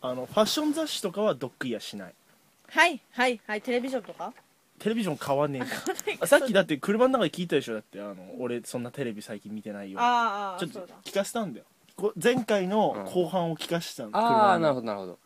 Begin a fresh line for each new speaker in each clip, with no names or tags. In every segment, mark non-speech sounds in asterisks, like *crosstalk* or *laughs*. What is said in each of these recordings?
あのファッション雑誌とかはドックイヤしない
はいはいはいテレビジョンとか
テレビジョン買わねえかさっきだって車の中で聞いたでしょだってあの俺そんなテレビ最近見てないよ
あーあー
ちょっ
そう
と
だ
聞かせたんだよこ前回の
うん
後半を聞かせたの、
ああ
車
な
の
るほどなるほど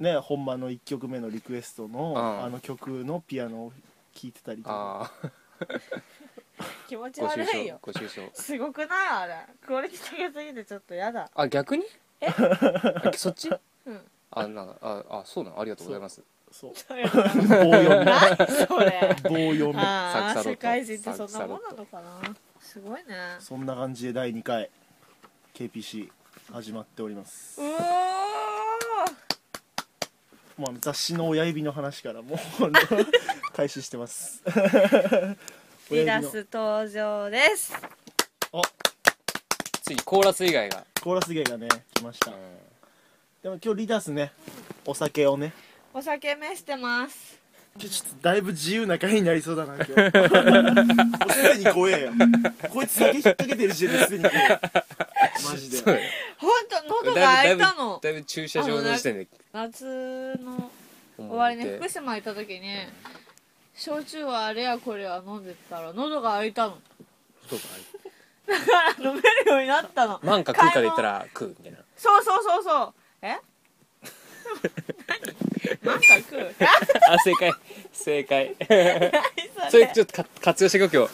ね本間の1曲目のリクエストの、
うん
あの曲のピアノを聴いてたりとか
ああ
気持ち
ご愁
悪い
傷
よ
ご愁傷
すごくないあれクオリティ高すぎてちょっとやだ
あ逆にあそっち
うん
あなんかああそうなのありがとうございます
そう *laughs*
そういうこと
棒読め
何それ
棒読め
*laughs* ああ
サクサロット
世界人ってそんなもんなのかなすごいね
そんな感じで第2回 KPC 始まっております
うおー
もうあの雑誌の親指の話からもうあの開始してます
リ
親
ラ
指の
ス登場です
ついコーラス以外が
コーラス芸がね来ました、
うん
でも今日リダースねお酒をね
お酒召してます
ちょちょっとだいぶ自由な回になりそうだな *laughs* 今日もうすでに怖えよこいつ酒引っ掛けてる時点ですでに怖えマジ
そう
で
ほんと喉が
だ
開
い
い
ぶだ
た
いぶ
の
だいぶ駐車場の時点で
夏の
終
終わりに福島行った時に焼酎はあれやこれや飲んでたら喉が開いたのだから飲めるようになったの
マンか食うかで言ったら食うみたいな
そうそうそうそうえ何なんか食う
あ正解
*laughs*
正解
何
それちょっとか活用していこう今日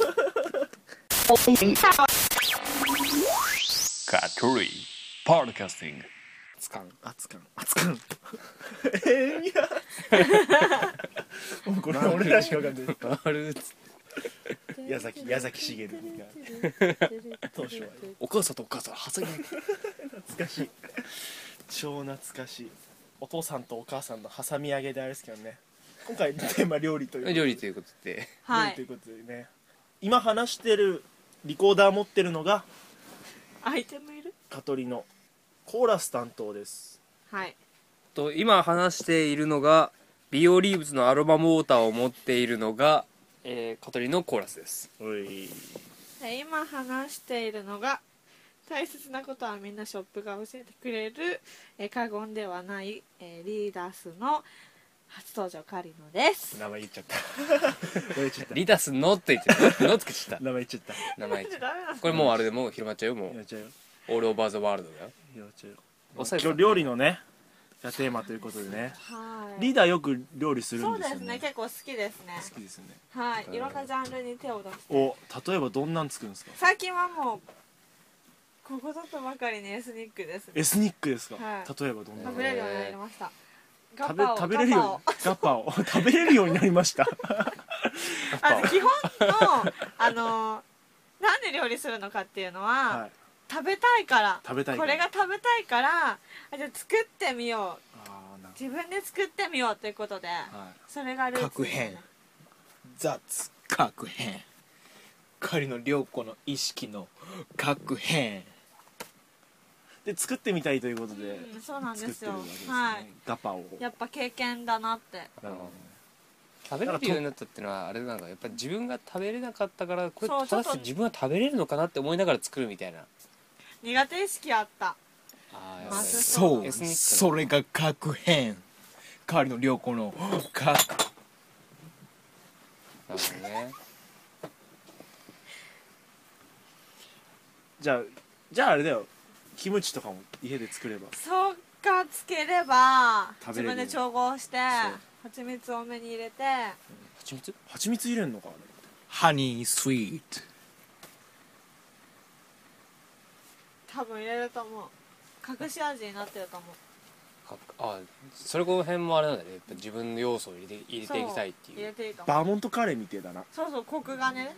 Katuri Podcasting.
つかん
熱感熱感 *laughs* えーいや *laughs* もうこれ俺らしかわかんない
回るっつ
矢崎矢崎茂が当初は
お母さんとお母さんはさぎ
懐かしい超懐かしいお父さんとお母さんの挟み上げであれですけどね今回テーマ料理という
料理ということで
料
は
理とい
いう
ことでね今話してるリコーダー持ってるのが
アイテムいる
香取のコーラス担当です
はい
と今話しているのがビオリーブズのアロマウォーターを持っているのが、えー、カトリのコーラスです
おい
で今話しているのが大切なことはみんなショップが教えてくれる、えー、過言ではない、えーリーダースの初登場カリノです
名前言っちゃった名前言っちゃった
リダスのって言ってるのってけちゃ
*laughs*
っ
名前言っちゃった
た名前
ダメなの
これもうあれでもう広まっちゃうよも
言っ
う
ちゃうよ
オールオーバーザワールドだよ
言っちゃうよ
おさゆ
今日料理のねがテーマということでね
はい
リーダーよく料理する
そ
ん
う
で
です
よ
すね
ね
結構好きですね
好きですよね
はいいろんなジャンルに手を出す
お例えばどんなん作るんですか
最近はもうここだとばかりにエスニックです
エスニックですか、
はい
例えばどんな
食べれるようになりましたガ
食べ
パオ
食べれるようにガパオ *laughs* 食べれるようになりました
ガパオあの基本のあのなんで料理するのかっていうのは、
はい
食べたいから
食べたいか
こ
ら
れが食べたいからあじゃあ作ってみよう
あーなんか
自分で作ってみようということで、
はい
それがルーツ
確変雑確変狩野良子の意識の確変
で作ってみたいということで、
うんそうなん
作っ
で
て
す
る
よ
わけですね、
はい
ガパオを
やっぱ経験だなって
なるほどね
食べれるようになったっていうのはあれなんかやっぱり自分が食べれなかったからこれ
そうちょっと
果たして自分は食べれるのかなって思いながら作るみたいな
苦手意識あった
あ
まず
そ
エ
う
スニックな
それが確変狩野良子の確
なるほどね
じゃあじゃああれだよキムチとかも家で作れば
そうかつければ
食
自
べれる
分で調合して
そう
蜂蜜多めに入れて
蜂蜜
蜂蜜入れんのかあ
ハニースイート
多分入れると思う隠し味になってると思う
かあそれこの辺もあれなんだねやっぱ自分の要素を入れて入れていきたいって
入
い
れ
う
ていいかも
バーモントカレーみてえだな
そうそうコクがね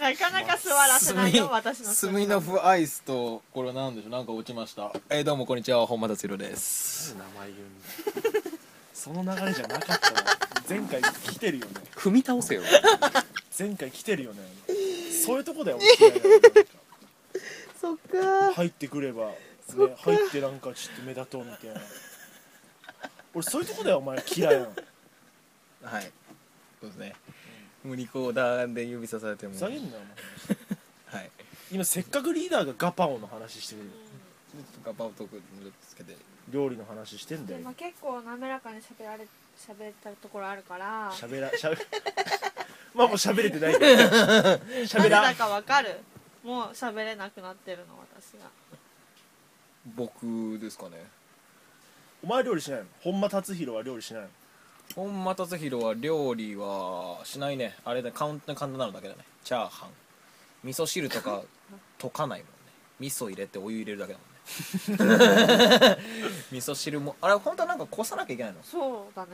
なかなか座らせないよ私の
スミノフアイスとこれなんでしょうなんか落ちましたえーどうもこんにちは本間達弘です
名前言うんだその流れじゃなかったな前回来てるよね
踏み倒せよ
前回来てるよねそういうとこ *laughs* だよ俺嫌いなのなんか
そっか
入ってくれば、ね、入ってなんかちょっと目立とうみたいな俺そういうとこだよお前嫌いなの
はいそうですねもうリコーダーで指さされても
ふざけんなよ
はい
今せっかくリーダーがガパオの話してる
ガバオトークにつけて
料理の話してんだよ
でも結構滑らかに喋られ喋ったところあるから
喋 *laughs* らしゃべまあもう喋れてないけど喋
誰
ら
だかわかるもう喋れなくなってるの私が
僕ですかね
お前料理しないの本間達弘は料理しないの
本間達弘は料理はしないねあれだねカウント簡単なのだけだねチャーハン味噌汁とか溶かないもんね味噌入れてお湯入れるだけだもんね
*laughs*
味噌汁もあれ本当はなんかこさなきゃいけないの
そうだね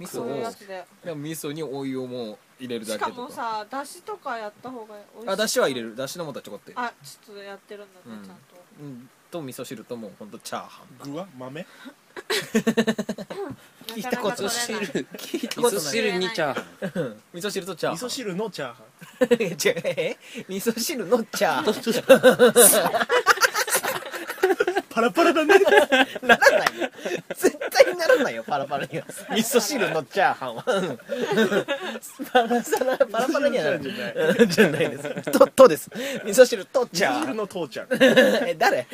味噌
そういうや
を
つで
でも味噌にお湯をもう入れるだ
し
けと
か
か
もさだしとかやった方が美味しい
あだしは入れるだしの素はちょこっと入れる
あちょっとやってるんだ
う
ね
ん
ちゃんと
うんと味噌汁ともうほんとチャーハン
具は豆
聞いたこと
なかなか取れない
汁聞いた
こ
ことと
ない
ない汁にチャーハン
味噌汁とチャーハ
味
ン
噌汁のチャーハン
汁 *laughs* 違うえ味噌汁のチャーハ
パラパラだね
ンならないよ絶対にならないよパラパラには味噌汁のチャーハンはうんパラサラパラパラにはなら
味噌汁のチャーハン
ないうんじゃないですととです味噌汁と
味
チャー
噌
ハ
汁
ン
の父ちゃん
え誰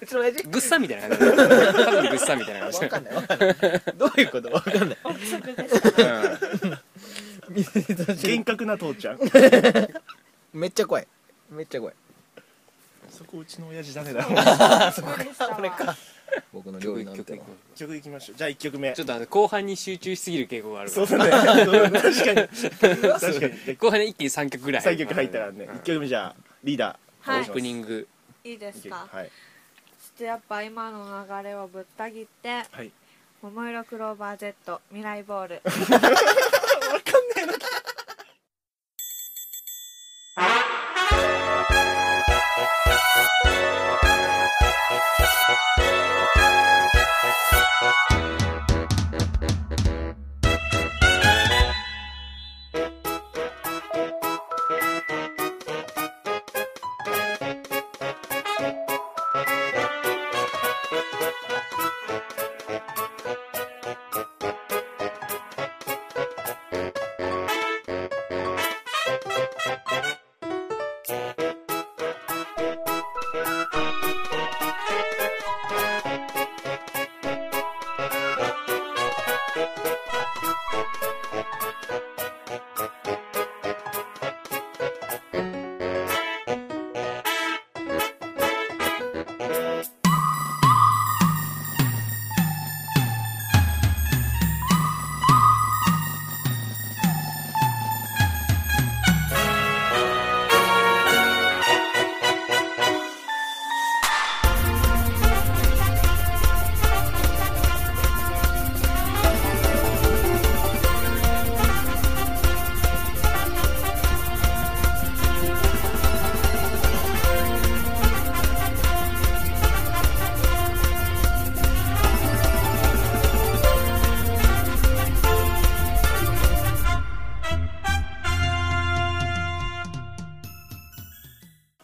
うちの親父
ぐっさんみたいな感じ多分ぐっさんみたいな感じ
わかんないわかんないどういうことわかんない
憶測でしたね
味噌汁
厳格な父ちゃん
めっちゃ怖いめっちゃ怖い
そこうちの親父ダメだろ
そうでしたわ
これか僕の料理なんて
曲
のは
一曲いきましょうじゃあ1曲目
ちょっとあの後半に集中しすぎる傾向があるか
そう
ら
だね確かに確かに
*laughs*
後半に一気に3曲ぐらい
3曲入ったらね
うん
1曲目じゃあリーダ
オ
ー
*laughs* はい
ープニング
いいで
一
す
曲
か
はい
ちょっとやっぱ今の流れをぶった切って
はい
桃色クローバー Z 未来ボール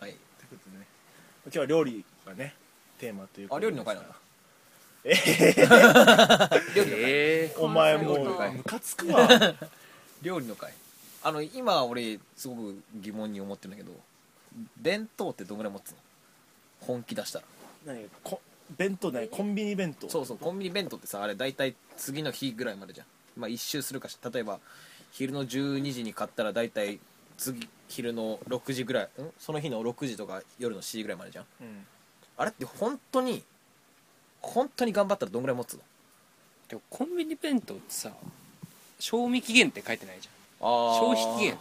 はい
今日は料理がねテーマということ
あ
で
料理の会なんだ
え
お前も
料理の
う
会
ムカつく
*laughs*
わ
料理の会あの今俺すごく疑問に思ってるんだけど弁当ってどんぐらい持つの本気出したら
何こ弁当ないコンビニ弁当
そうそうコンビニ弁当ってさあれ大体次の日ぐらいまでじゃんまあ一周するかし例えば昼の12時に買ったら大体次昼の6時ぐらいんその日の6時とか夜の7時ぐらいまでじゃん
うん
あれって本当に本当に頑張ったらどんぐらい持つの
でもコンビニ弁当ってさ賞味期限って書いてないじゃん
あ
消
ー
費期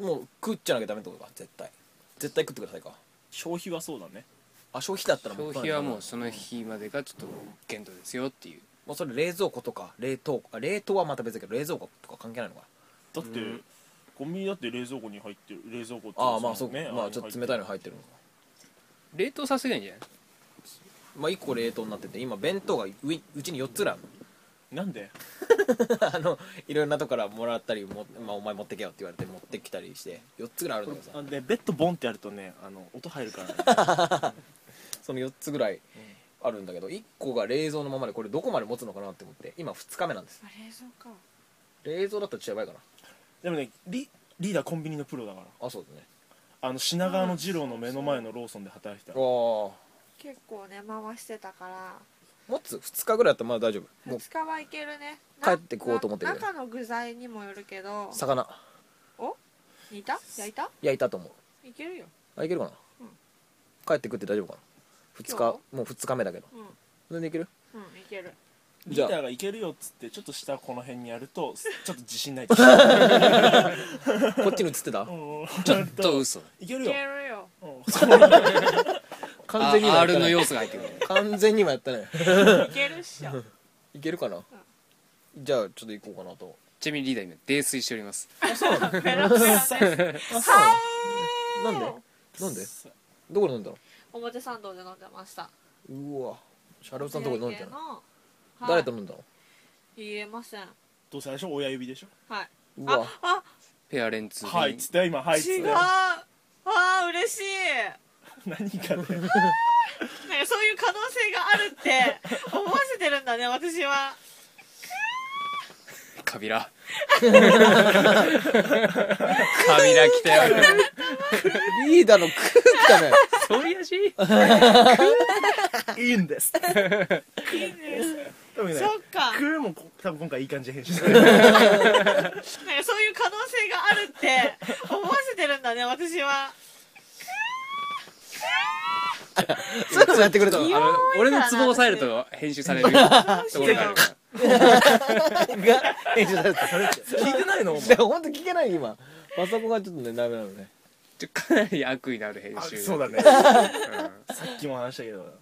限
もう食っちゃなきゃダメってことか絶対絶対食ってくださいか
消費はそうだね
あ消費だったら
消
食わ
費
ない
はもうその日までがちょっと限度ですよっていう
もうそれ冷蔵庫とか冷凍庫あ冷凍はまた別だけど冷蔵庫とか関係ないのか
だって、
うん
コンビニだって冷蔵庫に入ってる冷蔵庫って
なああまあそう
のね
まあちょっと冷たいの入ってるのか
冷凍させないんじゃない
まあ1個冷凍になってて今弁当がううちに4つぐらいある *laughs* の
なんで
あのいろんなとこからもらったりも、まあ、お前持ってけよって言われて持ってきたりして4つぐらいあるんだけどさ
あでベッドボンってやるとねあの音入るから、ね、
その4つぐらいあるんだけど1個が冷蔵のままでこれどこまで持つのかなって思って今2日目なんです
あ冷蔵か
冷蔵だったらちょっとやばいかな
でもねリリーダーコンビニのプロだから
あそうだね
あの品川の二郎の目の前のローソンで働いてた
あ
結構ね回してたから
もつ2日ぐらいだったらまだ大丈夫もう
2日はいけるねな
帰ってこうと思ってる
な中の具材にもよるけど
魚
お煮た焼いた
焼いたと思う
いけるよ
あいけるかな、
うん
帰ってくって大丈夫かな2日
今
もう2日目だけど
うん
全然いける
うんいける
リ
じゃ
ー
あ
ダーがいけるよっつってちょっと下この辺にやる *laughs* とちょっと自信 *laughs* ないって言ってた
こっちに映ってた
うん
ちょっと嘘
いけ
い
るよ
けるよ
うんそう
完
あ
全にはやっ
R
た
の
ね
要素が入ってくる
*laughs* 完全にはやったね
いけるっしょ
いけるかな、じゃあちょっと行こうかなと
ちなみにリーダー今泥酔しております
*laughs* ペラペラです
あ
はい
なんでなんでどこで飲んだの
表参道で飲んでました
うわシャレオさんのとこで飲んでたの、
はい
誰と飲んだの
言えませんはい
*laughs* どうせあれでしょ親指でしょ
う
あ
わ
あ
ペアレンツに
はいっつって今はいっつっ
違
て
うああ嬉しい
何かで
なんかそういう可能性があるって思わせてるんだね私は
カビラカビラ来たよ
リーダーのクーったね
そういう
*laughs*
味
いいんです
いいね
多分ね
そっか
クーもこ多分今回いい感じで編集して
なんかそういう可能性があるって思わせてるんだね私は
そういうのもやってくれた
あ
の
の
あ
俺のツボ押さえると編集される
どうし
と
よ
こ
う
ろがあるから
れが編集されてた
*laughs* 聞いてないのお
でも本当聞けない今パソコンがちょっとねダメなのね
ちょかなり悪意のある編
あ
集
そうだね
う
さっきも話したけど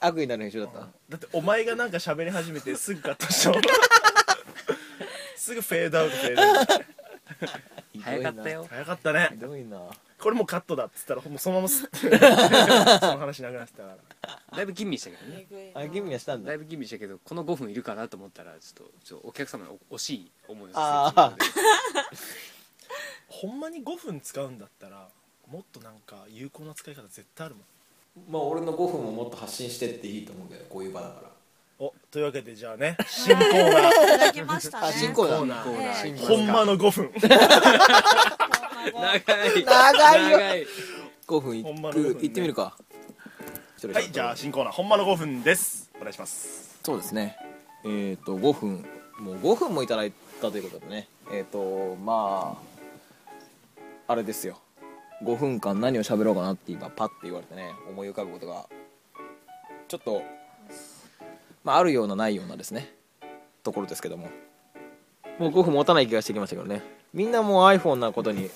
悪意になる編集だった、
だってお前がなんか喋り始めてすぐカットしちゃうすぐフェードアウトフェードアウト
ひ
ん
ど
早か
いな
ったよ
早かったね
ひどいな
これもうカットだっつったらもうそのまますってその話なくなってたから
だいぶ吟味したけどね
あギミはしたんだ
だいぶ吟味したけどこの5分いるかなと思ったらちょっとちょっとお客様の惜しい思いをさせていただいて
ほんまに5分使うんだったらもっとなんか有効な使い方絶対あるもん
まあ俺の5分をもっと発信してっていいと思うけどこういう場だから
おというわけでじゃあね新コーナー
いただきましたね
あ新コーナ
コー
ー
ナー
新コーナー
ほんまの5分
長い
長いよ
長い
5分い
ほんまの
く
5分ね
行ってみるか一人で
はいじゃあ新コーナーほんまの5分ですお願いします
そうですねえっ、と5分もう5分もいただいたということでねえっ、とまああれですよ5分間何を喋ろうかなって今パッて言われてね思い浮かぶことがちょっとまああるようなないようなですねところですけどももう5分持たない気がしてきましたけどねみんなもう iPhone なことに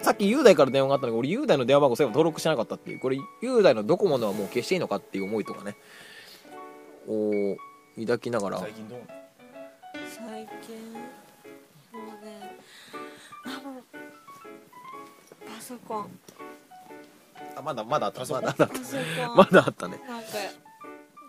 さっき雄大から電話があったのに俺雄大の電話番号そういえば登録してなかったっていうこれ雄大のドコモのはもう消していいのかっていう思いとかねを抱きながら
最近どうなの
最近もうねあもうパソコン
あまだまだあった
あそう
まだあっ
パソコ
た
ン
まだあったね
なんか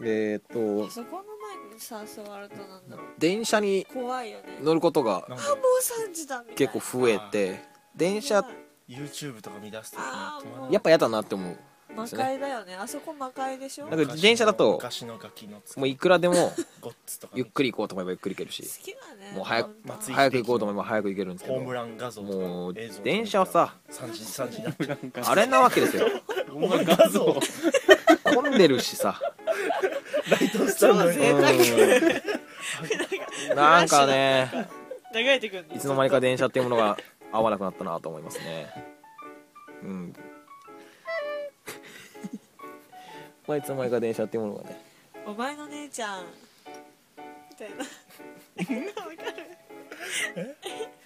えー、
パ
っと
ソコンの前にさ座るとなんだろう
電車に
怖いよね
乗ることが
なん
あ
か
もう3時だみたいな
結構増えて電車
YouTube とか見出すとね
あー
止まら
も
な
う
い
やっぱ嫌だなって思う
魔界だよねあそこ魔界でしょ
なんか自転車だと
昔のガキの
もういくらでも
*laughs* ゴッツとか
ゆっくり行こうと思えばゆっくり行けるし
好きだね
もう早く
まあ
松井
早く行こうと思えば早く行けるんですけ
ホーム
ど
ラン画像とか
もう
映像とか
電車はさ
3時3時になっちゃう
あれなわけですよ
ホームラン画像
混んでるし
*laughs*
さ
ライトスタンドに
贅沢
うんなんかね
流れてくる
いつの間にか電車っていうものが合わなくなったなと思いますねうんまあいつの間にか電車っていうものがね
お前の姉ちゃんみたいなわ
*laughs*
かる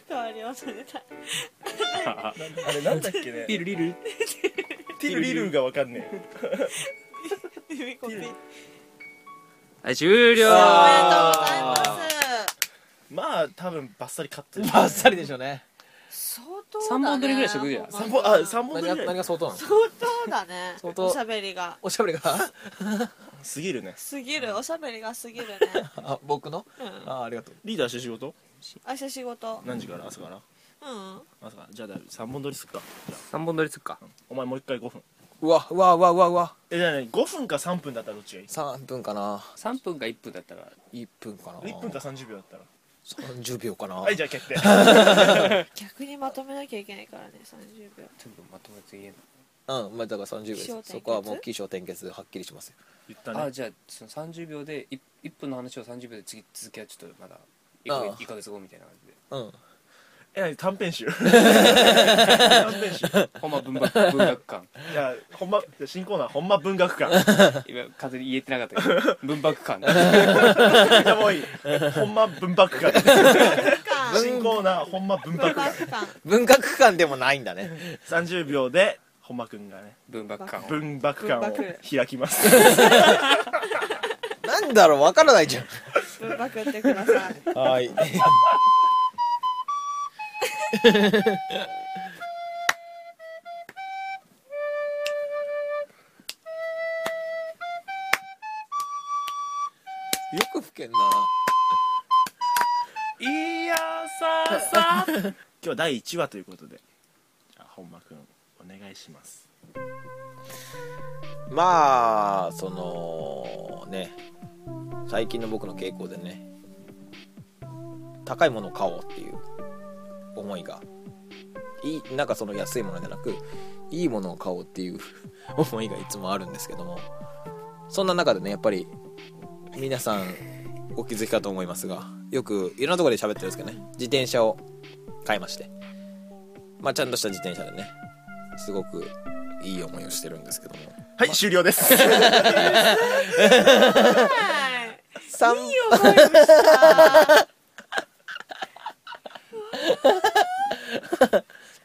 変わり忘れた
あれなんだっけね
リルリル
ティルリルがわかんねえ
指コピーおめでとう
はい終了
ございます
まあ多分バッサリカット
バッサリでしょうね
相当だね
三本取りぐらいしとくじゃん
3本あ
相
三本
何
取
が
りぐ
何
らい
が相当なの
当だね
相当
おしゃべりが
おしゃべりが
すぎるね
すぎるおしゃべりがすぎるね
あ僕の
うん
あありがとう
リーダーして仕事
明日仕事
何時から朝から
うん
朝からじゃあ3本取りすっかじゃあ
3本取りつくか
お前もう一回5分
うわうわうわうわうわ
えじゃあ何5分か3分だったらどっちがいい
3分かな
3分か1分だったら
1分かな
1分か30秒だったら
30秒かな、
はいじゃあ決定
逆にまとめなきゃいけないからね30秒
全部まとめて言えな
うんまあだから30秒で
起承
す
転結
そこはもう起承転結ではっきりしますよ
言った
い、あ
ね
じゃあその30秒で 1, 分の話を30秒で次続きはちょっとまだ
ああ
1, ヶ月後みたいな感じで
うん
え何短編集 *laughs* 短編集
ほんま文学文学館
じゃあほんまじゃあ新コーナーほんま文学館
今風に言えてなかったけど文学館
*laughs* いやもういいほんま文学館 *laughs* 新コーナーほんま文
文
学
学
館
館
文学館でもないんだね *laughs*
30秒で本間くんがね
文学館を
文学館
文
を開きます *laughs*
なんだろうわからないじゃん
文学ってください
はい *laughs* よく吹けんない
やささ今日は第1話ということでじゃあ本間くんお願いします
まあそのね最近の僕の傾向でね高いものを買おうっていう思いがいいなんかその安いものじゃなくいいものを買おうっていう *laughs* 思いがいつもあるんですけどもそんな中でねやっぱり皆さんお気づきかと思いますがよくいろんなところで喋ってるんですけどね自転車を買いましてまあちゃんとした自転車でねすごくいい思いをしてるんですけども
はい終了です *laughs*
はい
散
いい思いをした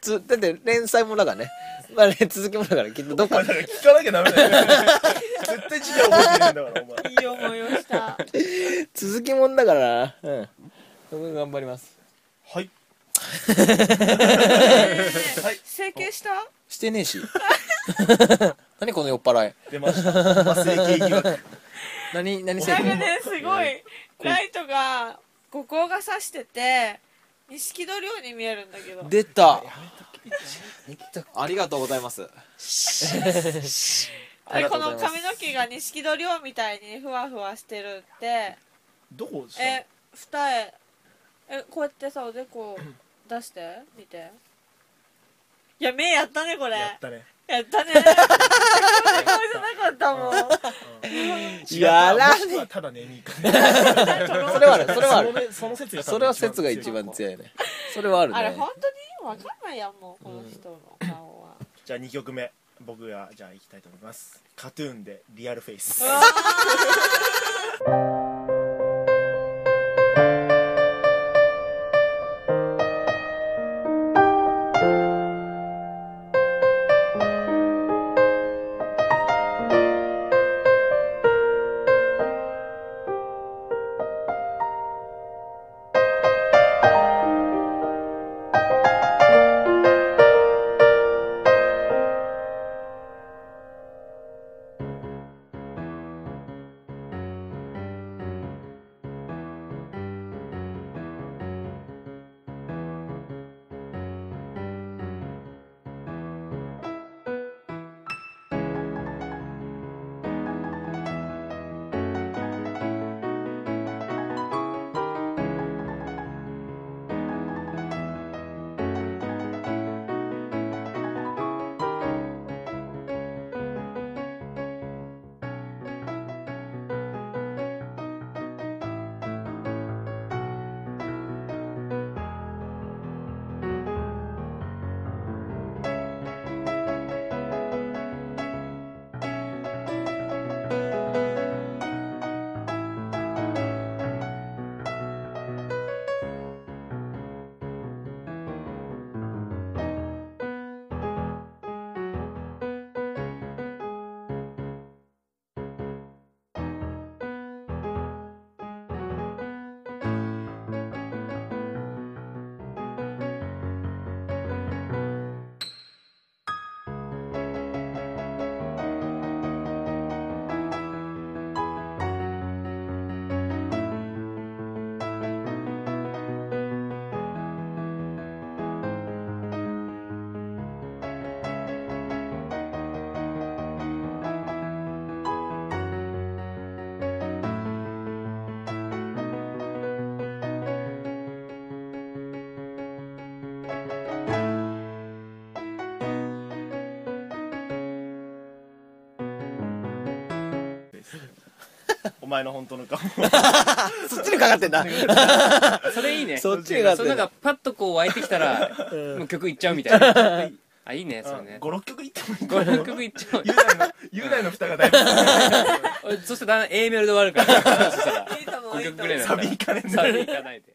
つだって連載ものだからね、まあね、続きものだからきっとどっ
お
*laughs* か
前だから聞かなきゃダメだよ *laughs* 絶対授業覚えてるんだからお前
いい思いをした
続きもんだからうんそこ頑張ります
はい
はい整形した
してねえ *laughs* し何この酔っ払い
出ましたまあ整形疑惑
何何せ
なんかねすごいライトが五光が差してて錦戸亮に見えるんだけど
出たありがとうございますあ
で
りが
こ
とうござい
の
ます
髪の毛が錦戸亮みたいにふわふわしてるって
どこした
え二重えこうやってさおでこ出して見ていや目やったねこれ
やったね
やったね
*laughs*
これじゃなかったもん
やらね
ねただねに
それはあるそれはある
その説が多分
それは説が一番強いねそれはあるね
あれ本当にわかんないやんもうこの人の顔は、
じゃあ2曲目僕がじゃあ行きたいと思いますカトゥーンでリアルフェイス
うわ
お前の本当の顔
そっちにかかってんだ
それいいね
そっちにかか
そ
っ
うな
て
ん
んだ
かパッとこう湧いてきたら *laughs* もう曲いっちゃうみたいなあいいねそれね
56曲いってもいいか
56曲いっちゃう
雄大の雄大の蓋がだいぶ
俺そしてだんだん A メロで終わるからそしたら
いいと思う
5
いい
曲
*laughs* と思
ぐら
う
いなんだ
サビいかねえんだ
サビいかないで